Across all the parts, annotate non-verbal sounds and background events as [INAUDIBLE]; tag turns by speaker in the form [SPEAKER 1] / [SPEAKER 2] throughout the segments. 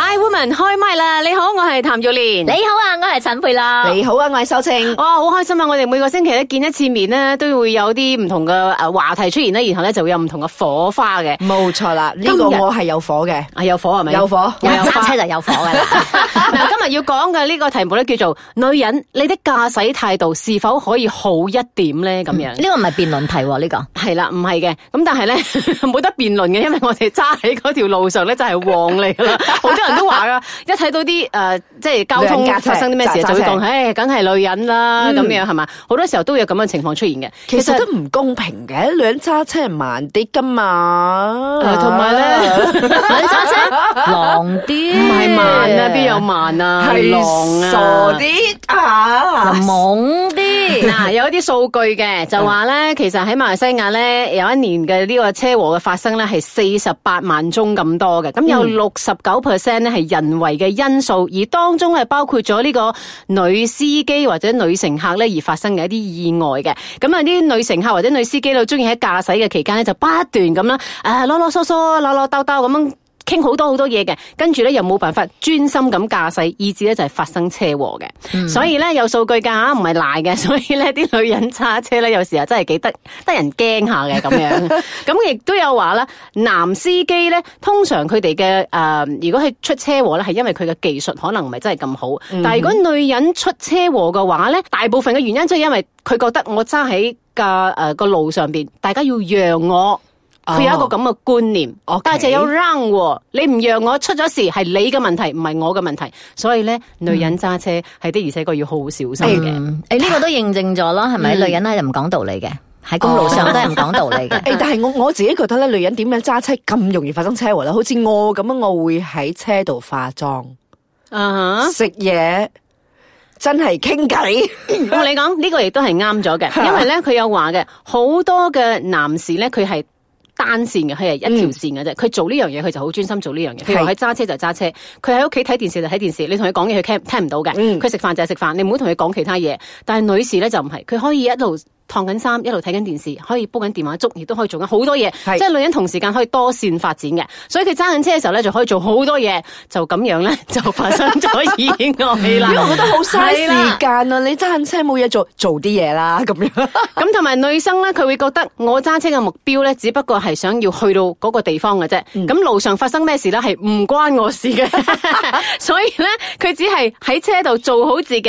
[SPEAKER 1] I Woman 开麦啦！你好，我系谭玉莲。
[SPEAKER 2] 你好啊，我系陳佩樂。
[SPEAKER 3] 你好啊，我系秀清。
[SPEAKER 1] 哇，好開心啊！我哋每個星期咧見一次面咧，都會有啲唔同嘅诶话题出現咧，然後咧就會有唔同嘅火花嘅。
[SPEAKER 3] 冇錯啦，呢個
[SPEAKER 1] 今日
[SPEAKER 3] 我係有火嘅，
[SPEAKER 1] 啊，有火係咪？
[SPEAKER 3] 有火
[SPEAKER 1] 我
[SPEAKER 2] 一
[SPEAKER 1] 有
[SPEAKER 2] 揸
[SPEAKER 1] 花
[SPEAKER 2] 車就有火噶啦，
[SPEAKER 1] [LAUGHS] 嗱，今日要講嘅呢個題目咧叫做女人，你的駕駛態度是否可以好一點咧？咁樣
[SPEAKER 2] [LAUGHS] 呢個唔係辯論題喎， [LAUGHS] 呢個
[SPEAKER 1] 係啦，唔係嘅，咁但係咧 [LAUGHS] 冇得辯論嘅，因為我哋揸喺嗰條路上咧就係旺嚟噶啦，
[SPEAKER 3] [LAUGHS]
[SPEAKER 1] 好多人都話噶，一睇到啲诶、呃即係交
[SPEAKER 3] 女人
[SPEAKER 1] 通
[SPEAKER 3] 駕駛
[SPEAKER 1] 發生啲咩事，
[SPEAKER 3] 揸
[SPEAKER 1] 就會
[SPEAKER 3] 揸
[SPEAKER 1] 講，
[SPEAKER 3] 車
[SPEAKER 1] 唉，梗係女人啦，咁樣係嘛，好多時候都會有咁樣嘅情況出現嘅。
[SPEAKER 3] 其實都唔公平嘅，女人揸車係慢啲噶嘛
[SPEAKER 1] 誒，啊同埋
[SPEAKER 3] [LAUGHS]
[SPEAKER 1] 咧，
[SPEAKER 2] 想揸 [LAUGHS] 車狼
[SPEAKER 1] [LAUGHS]
[SPEAKER 2] 啲，
[SPEAKER 1] 唔係慢啊，邊有慢啊，
[SPEAKER 3] 係
[SPEAKER 1] 浪
[SPEAKER 3] 傻
[SPEAKER 1] 啊。
[SPEAKER 3] 啲啊，
[SPEAKER 2] 懵 [LAUGHS] 啲。
[SPEAKER 1] 嗱，有一啲數據嘅就話咧，其實喺馬來西亞咧，有一年嘅呢個車禍嘅發生咧係四十八萬宗咁多嘅，咁有六十九 percent 咧係人為嘅因素，而當中係包括咗呢個女司機或者女乘客咧而發生嘅一啲意外嘅。咁啊，啲女乘客或者女司機咧，中意喺駕駛嘅期間咧就不斷咁啦，啊囉囉嗦嗦、攞攞兜兜咁樣。傾好多好多嘢嘅，跟住咧又冇辦法專心咁駕駛，以致咧就係發生車禍嘅。所以咧有數據㗎嚇，唔係賴嘅。 [LAUGHS] 所以咧啲女人揸車咧有時候啊真係幾得得人驚下嘅咁樣。咁亦都有話啦，男司機咧通常佢哋嘅誒，如果係出車禍咧，係因為佢嘅技術可能唔係真係咁好。但係如果女人出車禍嘅話咧，大部分嘅原因就係因為佢覺得我揸喺架誒個路上邊，大家要讓我。佢有一個咁嘅觀念，
[SPEAKER 3] OK
[SPEAKER 1] 但係就有 round 喎，你唔讓我出咗事係你嘅問題，唔係我嘅問題。所以咧，女人揸車係的而且確要好小心嘅。
[SPEAKER 2] 嗯誒呢個都認證咗咯，係咪？女人咧就唔講道理嘅，喺公路上都係唔講道理嘅。 [LAUGHS]
[SPEAKER 3] 誒，但係我我自己覺得咧，女人點樣揸車咁容易發生車禍咧？好似我咁樣，啊我會喺車度化妝、
[SPEAKER 1] 啊
[SPEAKER 3] 食嘢，真係傾偈。
[SPEAKER 1] [LAUGHS] 哈我同你講呢個亦都係啱咗嘅，因為咧佢有話嘅好多嘅男士咧，佢係。單線嘅，佢係一條線
[SPEAKER 3] 嗯
[SPEAKER 1] 嘅啫。佢、做呢樣嘢，佢就好專心做呢樣嘢。譬如話佢揸車就揸車，佢喺屋企睇電視就睇電視。你同佢講嘢，佢聽聽唔到嘅。
[SPEAKER 3] 嗯
[SPEAKER 1] 佢食飯就係食飯，你唔好同佢講其他嘢。但係女士咧就唔係，佢可以一路燙緊衫，一路睇緊電視，可以煲緊電話粥，亦都可以做緊好多嘢。
[SPEAKER 3] 係
[SPEAKER 1] 即係女人同時間可以多線發展嘅，所以佢揸緊車嘅時候咧就可以做好多嘢，就咁樣咧就發生咗意外啦。
[SPEAKER 3] [LAUGHS] 因為我覺得好嘥
[SPEAKER 1] 係啦
[SPEAKER 3] 時間啊！你揸緊車冇嘢做，做啲嘢啦咁樣。
[SPEAKER 1] 咁同埋女生咧，佢會覺得我揸車嘅目標咧，只不過係想要去到嗰個地方嘅啫。咁、
[SPEAKER 3] 嗯
[SPEAKER 1] 路上發生咩事咧，係唔關我事
[SPEAKER 3] [LAUGHS]
[SPEAKER 1] 嘅。所以咧，佢只係喺車度做好自己。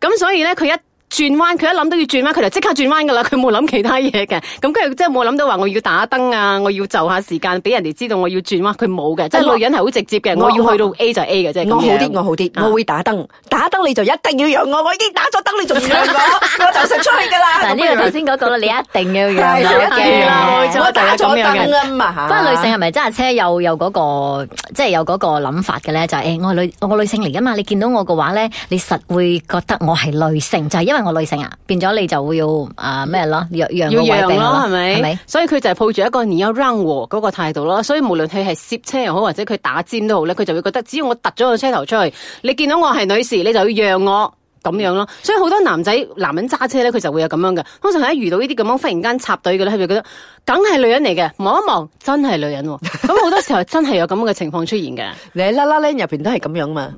[SPEAKER 1] 咁所以咧，佢一轉彎，佢一諗到要轉彎，佢就即刻轉彎噶啦，佢冇諗其他嘢嘅。咁佢真係冇諗到話我要打燈啊，我要就下時間俾人哋知道我要轉彎，佢冇嘅。即係女人係好直接嘅，
[SPEAKER 3] 我
[SPEAKER 1] 我要去到 A 就係 A 嘅啫。咁
[SPEAKER 3] 我好
[SPEAKER 1] 樣
[SPEAKER 3] 啲，我好
[SPEAKER 1] 啊
[SPEAKER 3] 啲，我會打燈，打燈你就一定要讓我，我已經打咗燈，你仲唔讓我，我就識出去噶啦。
[SPEAKER 2] 嗱，呢個頭先嗰個啦，你一定要讓
[SPEAKER 3] 係
[SPEAKER 2] 我
[SPEAKER 3] 一定要
[SPEAKER 1] 啦
[SPEAKER 2] 嘅
[SPEAKER 1] 冇。錯
[SPEAKER 3] 我打咗燈啊
[SPEAKER 2] 不
[SPEAKER 3] 嘛，
[SPEAKER 2] 過女性係咪揸車有有嗰個即係有嗰個諗法嘅咧？就係誒，我係女我女性嚟噶嘛，你見到我嘅話咧，你實會覺得我係女性，就係因為我女性啊，變咗你就會要啊咩咯，讓讓
[SPEAKER 1] 要
[SPEAKER 2] 個位
[SPEAKER 1] 讓
[SPEAKER 2] 俾我
[SPEAKER 1] 咯，係
[SPEAKER 2] 係
[SPEAKER 1] 咪
[SPEAKER 2] 咪？？
[SPEAKER 1] 所以佢就係抱住一個你有 run 和嗰個態度咯。所以無論佢係攝車又好，或者佢打尖都好咧，佢就會覺得只要我突咗個車頭出去，你見到我係女士，你就要讓我。咁樣咯，所以好多男仔男人揸車咧，佢就會有咁樣嘅。通常喺遇到呢啲咁樣忽然間插隊嘅咧，佢就覺得梗係女人嚟嘅，望一望真係女人喎。咁好多時候真係有咁嘅情況出現嘅。
[SPEAKER 3] 你喺《啦啦 l 入邊都係咁樣嘛，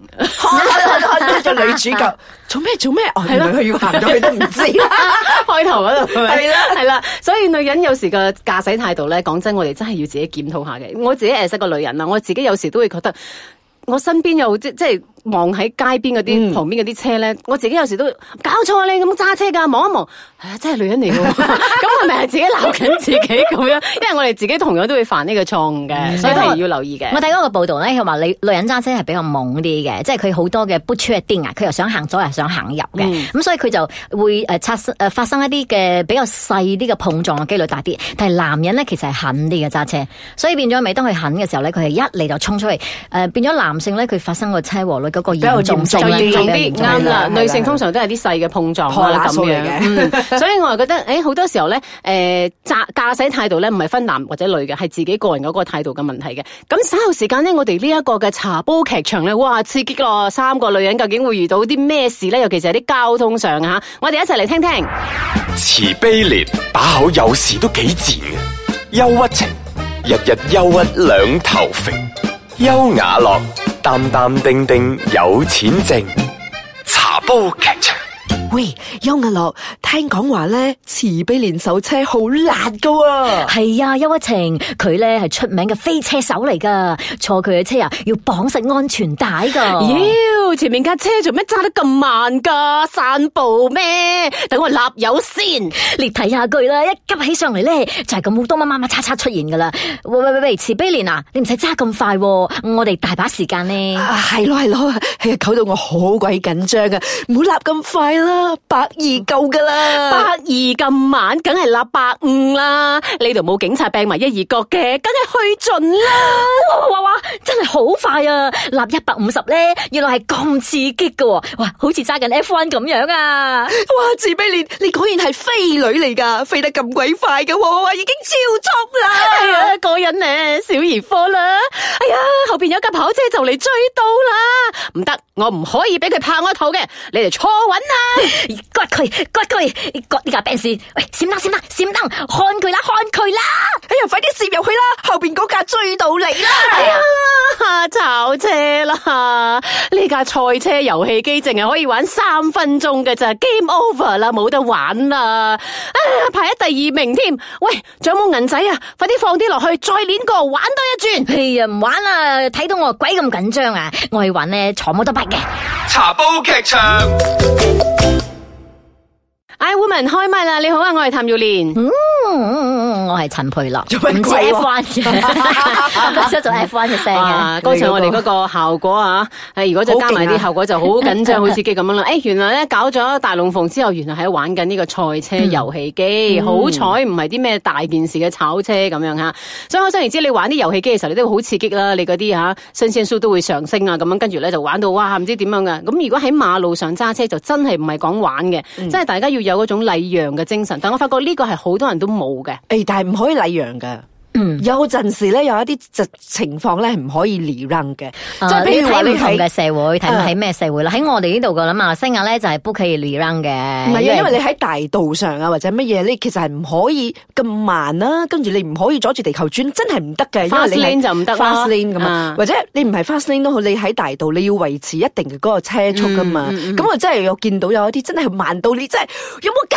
[SPEAKER 3] 開咗女主角做咩做咩？哦，原來佢要行咗，佢都唔知
[SPEAKER 1] 開頭嗰度係咪？
[SPEAKER 3] 係啦
[SPEAKER 1] 係啦，所以女人有時嘅駕駛態度咧，講真，我哋真係要自己檢討下嘅。我自己誒識個女人啊啦，我自己有時都會覺得。我身邊有即即係望喺街邊嗰啲、旁邊嗰啲車咧，我自己有時都搞錯啊！你咁揸車㗎，望一望，唉真係女人嚟㗎喎， [LAUGHS] 咁係咪係自己鬧緊自己咁樣？因為我哋自己同樣都會犯呢個錯誤嘅，所以都係要留意嘅。
[SPEAKER 2] 我睇嗰個報道咧，佢話你女人揸車係比較懵啲嘅，即係佢好多嘅 b u t c h e r d i n g 啊，佢又想行左又想行右嘅，
[SPEAKER 1] 嗯
[SPEAKER 2] 咁、所以佢就會誒擦誒發生一啲嘅比較細啲嘅碰撞嘅機率大啲。但係男人咧其實係狠啲嘅揸車，所以變咗咪當佢狠嘅時候咧，佢係一嚟就衝出去，誒、呃變咗男性咧佢發生個車禍率嗰個嚴重性
[SPEAKER 1] 就
[SPEAKER 2] 呢
[SPEAKER 1] 嚴重
[SPEAKER 2] 比
[SPEAKER 1] 啲，
[SPEAKER 2] 較嚴
[SPEAKER 1] 啱
[SPEAKER 2] 重
[SPEAKER 1] 啦。
[SPEAKER 3] 係啦
[SPEAKER 1] 女性通常都係啲細嘅碰撞
[SPEAKER 3] 破
[SPEAKER 1] 啦
[SPEAKER 3] 乸
[SPEAKER 1] 咁
[SPEAKER 3] 數嚟
[SPEAKER 1] 樣
[SPEAKER 3] 嘅，
[SPEAKER 1] 嗯
[SPEAKER 3] [LAUGHS]
[SPEAKER 1] 所以我係覺得，誒好多時候咧，誒駕駕駛態度咧唔係分男或者女嘅，係自己個人嗰個態度嘅問題嘅。咁稍後時間咧，我哋呢一個嘅茶煲劇場咧，哇刺激咯！三個女人究竟會遇到啲咩事咧？尤其是係啲交通上啊嚇，我哋一齊嚟聽聽。
[SPEAKER 4] 慈悲莲把口有時都幾賤嘅，憂鬱情日日憂鬱兩頭肥，優雅樂淡淡定定有錢剩。茶煲劇場，
[SPEAKER 3] 喂，邱銀樂，聽講話咧，慈悲連手車好辣噶喎、
[SPEAKER 2] 系啊，邱一晴佢咧係出名嘅飛車手嚟噶，坐佢嘅車啊要綁實安全帶
[SPEAKER 3] 哦
[SPEAKER 2] 噶。
[SPEAKER 1] 妖，前面架車做咩揸得咁慢噶？散步咩？等我立油先。
[SPEAKER 2] 你睇下佢啦，一急起上嚟咧就係咁好多乜乜乜叉叉出現噶啦。喂喂喂喂，慈悲蓮啊，你唔使揸咁快、喎，我哋大把時間呢。
[SPEAKER 3] 啊！係咯係咯，係啊，搞到我好鬼緊張啊！唔好立咁快啦，百二夠噶
[SPEAKER 1] 百
[SPEAKER 3] 啦。
[SPEAKER 1] 二咁慢，梗係立百五啦。呢度冇警察病埋一二角嘅，梗係去盡啦。
[SPEAKER 2] 哇哇哇！真係好快啊，立一百五十咧，原來係咁刺激噶、喎！哇，好似揸緊 F1 咁樣啊！
[SPEAKER 3] 哇！慈悲連，你果然係飛女嚟㗎，飛得咁鬼快嘅，哇哇哇，已經超速啦！ [LAUGHS]
[SPEAKER 1] 哎呀，嗰人呢，小兒科啦！哎呀，後边有架跑車就嚟追到啦！唔得，我唔可以俾佢拍我肚嘅，你哋坐穩啦！ [LAUGHS]
[SPEAKER 2] 割佢，割佢，割呢架 b e n 喂，閃燈閃燈閃燈，看佢啦，看佢啦！
[SPEAKER 3] 哎呀，快啲攝入去啦，後邊嗰架追到你啦！
[SPEAKER 1] 哎呀，炒車啦！呢架賽車遊戲機淨係可以玩三分鐘嘅咋，game over 啦，冇得玩啦！啊，排喺第二名添。喂，仲有冇銀仔啊？快啲放啲落去，再練過，玩多一轉。
[SPEAKER 2] 哎呀，唔玩啦！睇到我鬼咁緊張啊！我去玩咧坐摩托筆嘅。
[SPEAKER 4] 茶煲劇場。
[SPEAKER 1] I woman 開麥啦！你好啊，我係譚耀蓮。
[SPEAKER 2] 嗯，我係陳佩樂，
[SPEAKER 3] 做乜
[SPEAKER 2] 唔知
[SPEAKER 3] 鬼喎
[SPEAKER 2] F1 嘅，我唔識做 F1 嘅聲
[SPEAKER 1] 啊！
[SPEAKER 2] 嘅。
[SPEAKER 1] 剛才我哋嗰個效果啊，誒，如果再加埋
[SPEAKER 3] 好
[SPEAKER 1] 啲
[SPEAKER 3] 勁啊
[SPEAKER 1] 效果就好
[SPEAKER 3] [LAUGHS]
[SPEAKER 1] 緊張、好刺激咁樣啦。誒，原來咧搞咗大龍鳳之後，原來喺玩緊呢個賽車
[SPEAKER 3] 嗯
[SPEAKER 1] 遊戲機，好彩唔係啲咩大件事嘅炒車咁樣嚇。所以可想而知，你玩啲遊戲機嘅時候，你都會好刺激啦，你嗰啲嚇新鮮數都會上升啊，咁樣跟住咧就玩到哇唔知點樣嘅。咁如果喺馬路上揸車就真係唔係講玩嘅，
[SPEAKER 3] 嗯
[SPEAKER 1] 真係大家要有嗰種禮讓嘅精神。但我發覺呢個係好多人都冇嘅。
[SPEAKER 3] 誒，但係唔可以禮讓㗎。
[SPEAKER 2] 嗯
[SPEAKER 3] 有陣時咧，有一啲疾情況咧，唔可以禮讓嘅，即
[SPEAKER 2] 啊
[SPEAKER 3] 係譬
[SPEAKER 2] 你
[SPEAKER 3] 如
[SPEAKER 2] 睇
[SPEAKER 3] 話你
[SPEAKER 2] 唔同
[SPEAKER 3] 喺
[SPEAKER 2] 嘅社會，睇
[SPEAKER 3] 啊
[SPEAKER 2] 睇咩社會啦？喺我哋呢度噶啦嘛，西亞咧就係 book 以 r u n 嘅，
[SPEAKER 3] 唔係啊，因為你喺大道上啊，或者乜嘢，你其實係唔可以咁慢啦，跟住你唔可以阻住地球轉，真係唔得嘅，因
[SPEAKER 1] Fast
[SPEAKER 3] 為你
[SPEAKER 1] lane
[SPEAKER 3] 係
[SPEAKER 1] 就唔得啦
[SPEAKER 3] fast lane 咁
[SPEAKER 1] 啊
[SPEAKER 3] 啊，或者你唔係 fast lane 都好，你喺大道你要維持一定嘅嗰個車速噶嘛，咁我真係有見到有一啲真係慢到你真係有冇搞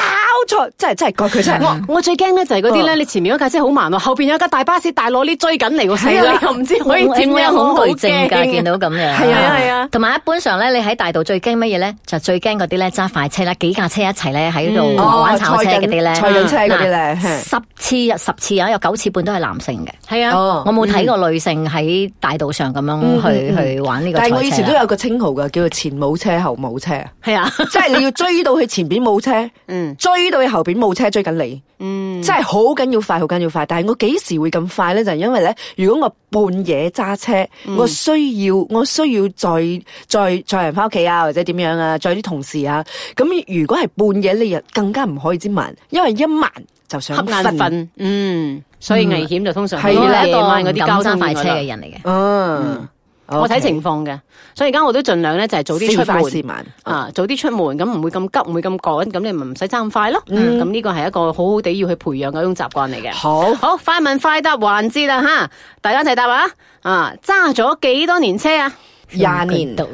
[SPEAKER 3] 錯，真係真係割佢真係。
[SPEAKER 1] 我最驚咧就係嗰啲
[SPEAKER 2] 哦
[SPEAKER 1] 咧，
[SPEAKER 3] 嗯
[SPEAKER 1] 你前面嗰架車好慢喎，後邊有架大巴士大攞呢追緊嚟喎，死
[SPEAKER 3] 係
[SPEAKER 1] 啦！
[SPEAKER 3] 啦
[SPEAKER 1] 你又唔知可以
[SPEAKER 2] 我
[SPEAKER 1] 點
[SPEAKER 2] 我
[SPEAKER 1] 樣，
[SPEAKER 2] 有啊恐
[SPEAKER 1] 懼
[SPEAKER 2] 懼症㗎，見到咁樣。
[SPEAKER 1] 係啊係啊
[SPEAKER 2] 同埋一般上咧，你喺大道最驚乜嘢咧？就最驚嗰啲咧揸快車啦，幾架車一齊咧喺
[SPEAKER 1] 嗯
[SPEAKER 2] 度玩炒車嗰啲咧，
[SPEAKER 3] 哦賽緊賽緊車嗰啲咧
[SPEAKER 2] 嗱
[SPEAKER 3] 係
[SPEAKER 2] 十次有十次有有九次半都係男性嘅。
[SPEAKER 1] 係啊，
[SPEAKER 3] 哦
[SPEAKER 2] 我冇睇過女性喺大道上咁樣去去玩呢個賽車啊
[SPEAKER 3] [LAUGHS] 但係
[SPEAKER 2] 啦。
[SPEAKER 3] 我以前都有個稱號㗎，叫做前冇車後冇車，
[SPEAKER 1] 係啊，
[SPEAKER 3] 即係你要追到佢前邊冇車，
[SPEAKER 1] 嗯
[SPEAKER 3] 追到佢後邊冇車追緊你。
[SPEAKER 1] 嗯，
[SPEAKER 3] 真係好緊要快，好緊要快。但係我幾時會咁快咧？就係因為咧，如果我半夜揸車，
[SPEAKER 1] 嗯
[SPEAKER 3] 我需要我需要再再載人翻屋企啊，或者點樣啊，載啲同事啊。咁如果係半夜，你又更加唔可以之慢，因為一慢就想
[SPEAKER 1] 瞌眼
[SPEAKER 3] 瞓。
[SPEAKER 1] 瞓，嗯，所以危險就通常
[SPEAKER 3] 係
[SPEAKER 2] 我
[SPEAKER 3] 啦
[SPEAKER 2] 係啊
[SPEAKER 1] 夜晚嗰
[SPEAKER 2] 一
[SPEAKER 1] 啲
[SPEAKER 2] 個
[SPEAKER 1] 交
[SPEAKER 2] 唔敢
[SPEAKER 1] 通
[SPEAKER 2] 揸快
[SPEAKER 1] 意外
[SPEAKER 2] 車
[SPEAKER 1] 啦
[SPEAKER 2] 嘅人嚟嘅。
[SPEAKER 3] 嗯，
[SPEAKER 1] 我睇情況嘅，所以而家我都盡量咧就係早啲
[SPEAKER 3] 是快
[SPEAKER 1] 出
[SPEAKER 3] 是
[SPEAKER 1] 門。
[SPEAKER 3] 慢。
[SPEAKER 1] 啊，早啲出門咁唔會咁急，唔會咁趕，咁你咪唔使爭咁快咯。
[SPEAKER 2] 嗯
[SPEAKER 1] 啊咁呢個係一個好好地要去培養嘅一種習慣嚟嘅。
[SPEAKER 3] 好，
[SPEAKER 1] 好，快問快答環節啦吓，大家一齊答啊！啊，揸咗幾多年車啊？
[SPEAKER 3] 廿年
[SPEAKER 2] 讀，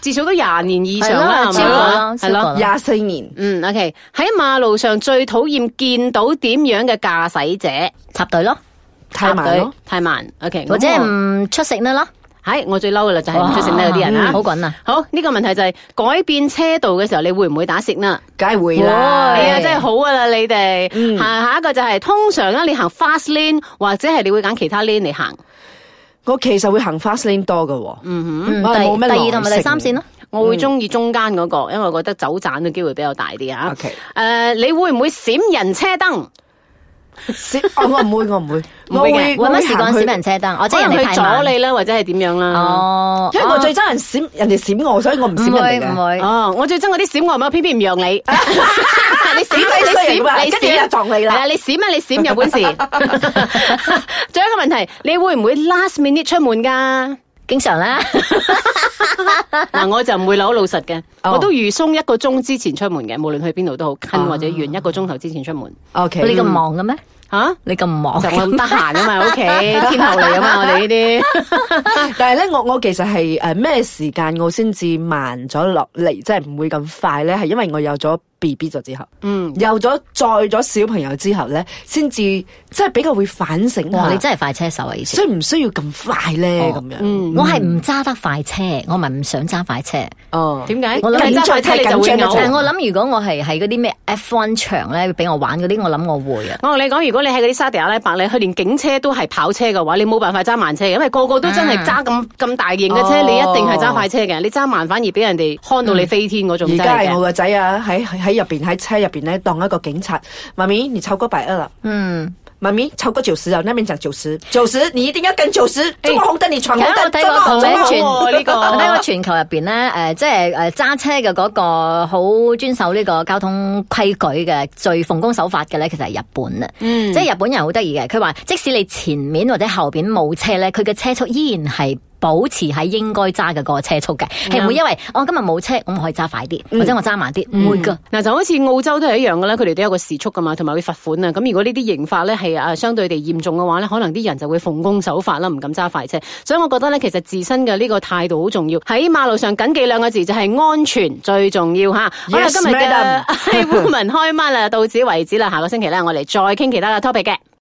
[SPEAKER 1] 至少都廿年以上啦，係
[SPEAKER 2] 係咯
[SPEAKER 1] 咪啊
[SPEAKER 2] 超過啦超過啦
[SPEAKER 3] 廿四年，
[SPEAKER 1] 嗯，OK。喺馬路上最討厭見到點樣嘅駕駛者？
[SPEAKER 2] 插隊咯，
[SPEAKER 3] 太慢咯。
[SPEAKER 1] 太慢。OK，
[SPEAKER 2] 或者
[SPEAKER 1] 咁
[SPEAKER 2] 係
[SPEAKER 1] 我
[SPEAKER 2] 唔出食呢咯，
[SPEAKER 1] 係我最嬲嘅啦，就係唔出聲呢嗰啲人啊。
[SPEAKER 2] 嗯好滾啊！
[SPEAKER 1] 好，呢個問題就係改變車道嘅時候，你會唔會打 s i 呢？
[SPEAKER 3] 梗係會
[SPEAKER 1] 係
[SPEAKER 3] 啦。
[SPEAKER 2] 會
[SPEAKER 1] 啊，真係好啊啦，你哋。
[SPEAKER 3] 嗯
[SPEAKER 1] 下下一個就係通常咧，你行 fast lane 或者係你會揀其他 lane 嚟行。
[SPEAKER 3] 我其實會行 fast lane 多嘅喎。
[SPEAKER 1] 嗯
[SPEAKER 2] 嗯，第
[SPEAKER 3] 我係冇咩
[SPEAKER 2] 第二同埋
[SPEAKER 3] 耐
[SPEAKER 2] 第
[SPEAKER 3] 性
[SPEAKER 2] 三線咯，
[SPEAKER 1] 哼，我會中意中間嗰個，因為我覺得走盞嘅機會比較大啲啊。
[SPEAKER 3] OK
[SPEAKER 1] 誒，你會唔會閃人車燈？
[SPEAKER 3] 哦我唔會，我唔會，
[SPEAKER 1] 唔
[SPEAKER 3] 我
[SPEAKER 1] 會嘅
[SPEAKER 3] 會
[SPEAKER 2] 我
[SPEAKER 3] 我
[SPEAKER 2] 乜
[SPEAKER 3] 會
[SPEAKER 2] 時
[SPEAKER 3] 行
[SPEAKER 2] 間閃
[SPEAKER 3] 去
[SPEAKER 2] 人車燈？我即
[SPEAKER 1] 可
[SPEAKER 2] 係人
[SPEAKER 1] 能
[SPEAKER 2] 哋
[SPEAKER 1] 佢
[SPEAKER 2] 太慢
[SPEAKER 1] 阻你啦，或者係點樣啦？
[SPEAKER 2] 哦，
[SPEAKER 3] 因為我
[SPEAKER 2] 哦
[SPEAKER 3] 最憎人閃，人哋閃我，所以我唔閃
[SPEAKER 2] 唔會
[SPEAKER 3] 人
[SPEAKER 2] 唔
[SPEAKER 3] 哋嘅。
[SPEAKER 2] 會。
[SPEAKER 1] 哦，我最憎嗰啲閃我，咪偏偏唔讓你，你閃
[SPEAKER 3] 你
[SPEAKER 1] 你
[SPEAKER 3] 衰人
[SPEAKER 1] 閃，
[SPEAKER 3] 嘛
[SPEAKER 1] 你
[SPEAKER 3] 跟住
[SPEAKER 1] 閃
[SPEAKER 3] 又撞你啦
[SPEAKER 1] 係啊，你閃啊，你閃有本事。仲有一個問題，你會唔會 last minute 出門㗎？
[SPEAKER 2] 經常啦，
[SPEAKER 1] 嗱，我就唔會扭老實嘅，
[SPEAKER 3] 哦
[SPEAKER 1] 我都預鬆一個鐘之前出門嘅，無論去邊度都好，近或者遠一個鐘頭之前出門。
[SPEAKER 3] O K，
[SPEAKER 2] 你咁忙嘅咩？
[SPEAKER 1] 吓。
[SPEAKER 2] 你咁忙
[SPEAKER 1] 就，我咁得閒啊嘛，屋企天后嚟啊嘛，我哋呢啲
[SPEAKER 3] 但係咧，我我其實係誒咩時間我先至慢咗落嚟，即係唔會咁快咧，係因為我有咗 B B 咗之後，嗯，有咗載咗小朋友之後咧，先至即係比較會反省
[SPEAKER 2] 哇！
[SPEAKER 3] 下
[SPEAKER 2] 你，真係嗯快車手啊，以前。
[SPEAKER 3] 需唔需要咁快咧？咁樣，
[SPEAKER 2] 我係唔揸得快車，我咪唔想揸快車。
[SPEAKER 3] 哦，
[SPEAKER 1] 點解？
[SPEAKER 2] 我諗
[SPEAKER 1] 你
[SPEAKER 2] 緊
[SPEAKER 1] 揸快車你就會
[SPEAKER 3] 緊張
[SPEAKER 2] 但係
[SPEAKER 1] 嘔。
[SPEAKER 2] 我諗，如果我係喺嗰啲咩 F1 場咧，俾我玩嗰啲，我諗我會啊。
[SPEAKER 1] 我同哦你講，如果你喺嗰啲沙地阿拉伯咧，佢連警車都係跑車嘅話，你冇辦法揸慢車嘅，因為個個都真係揸咁咁大型嘅車，
[SPEAKER 3] 啊哦嗯
[SPEAKER 1] 你一定係揸快車嘅。你揸慢反而俾人哋看到你飛天嗰種
[SPEAKER 3] 而
[SPEAKER 1] 真
[SPEAKER 3] 家係
[SPEAKER 1] 係
[SPEAKER 3] 我
[SPEAKER 1] 嘅。
[SPEAKER 3] 個仔啊，喺喺喺入邊喺車入邊咧，當一個警察。媽咪，你超過百二了。
[SPEAKER 2] 嗯，
[SPEAKER 3] 媽咪超過九十啊，那邊講九十，九十你一定要跟九十。中國紅燈你闖
[SPEAKER 2] 其
[SPEAKER 3] 紅
[SPEAKER 2] 實我
[SPEAKER 3] 燈，
[SPEAKER 2] 睇
[SPEAKER 3] 中
[SPEAKER 2] 過
[SPEAKER 3] 國
[SPEAKER 2] 佢
[SPEAKER 1] 好
[SPEAKER 3] 紅
[SPEAKER 2] 喺
[SPEAKER 3] 燈
[SPEAKER 2] 全
[SPEAKER 1] 喎呢個
[SPEAKER 2] 我 [LAUGHS] 睇過全球入邊咧，誒、即係誒揸車嘅嗰個好遵守呢個交通規矩嘅最奉公守法嘅咧，其實係日本啊。
[SPEAKER 1] 嗯
[SPEAKER 2] 即係日本人好得意嘅，佢話即使你前面或者後邊冇車咧，佢嘅車速依然係。保持喺應該揸嘅嗰個車速嘅，係唔
[SPEAKER 1] 嗯
[SPEAKER 2] 會因為我今日冇車，咁我可以揸快啲，或者我揸慢啲，唔會噶。
[SPEAKER 1] 嗱，就好似澳洲都係一樣嘅啦，佢哋都有個時速噶嘛，同埋會罰款啊。咁如果呢啲刑法咧係啊相對地嚴重嘅話咧，可能啲人就會奉公守法啦，唔敢揸快車。所以我覺得咧，其實自身嘅呢個態度好重要。喺馬路上緊記兩個字就係安全最重要嚇。好啦，
[SPEAKER 3] Yes,
[SPEAKER 1] 今日嘅
[SPEAKER 3] madam
[SPEAKER 1] [LAUGHS] Hi Woman 開唛啦，到此為止啦。下個星期咧，我哋再傾其他嘅 topic 嘅。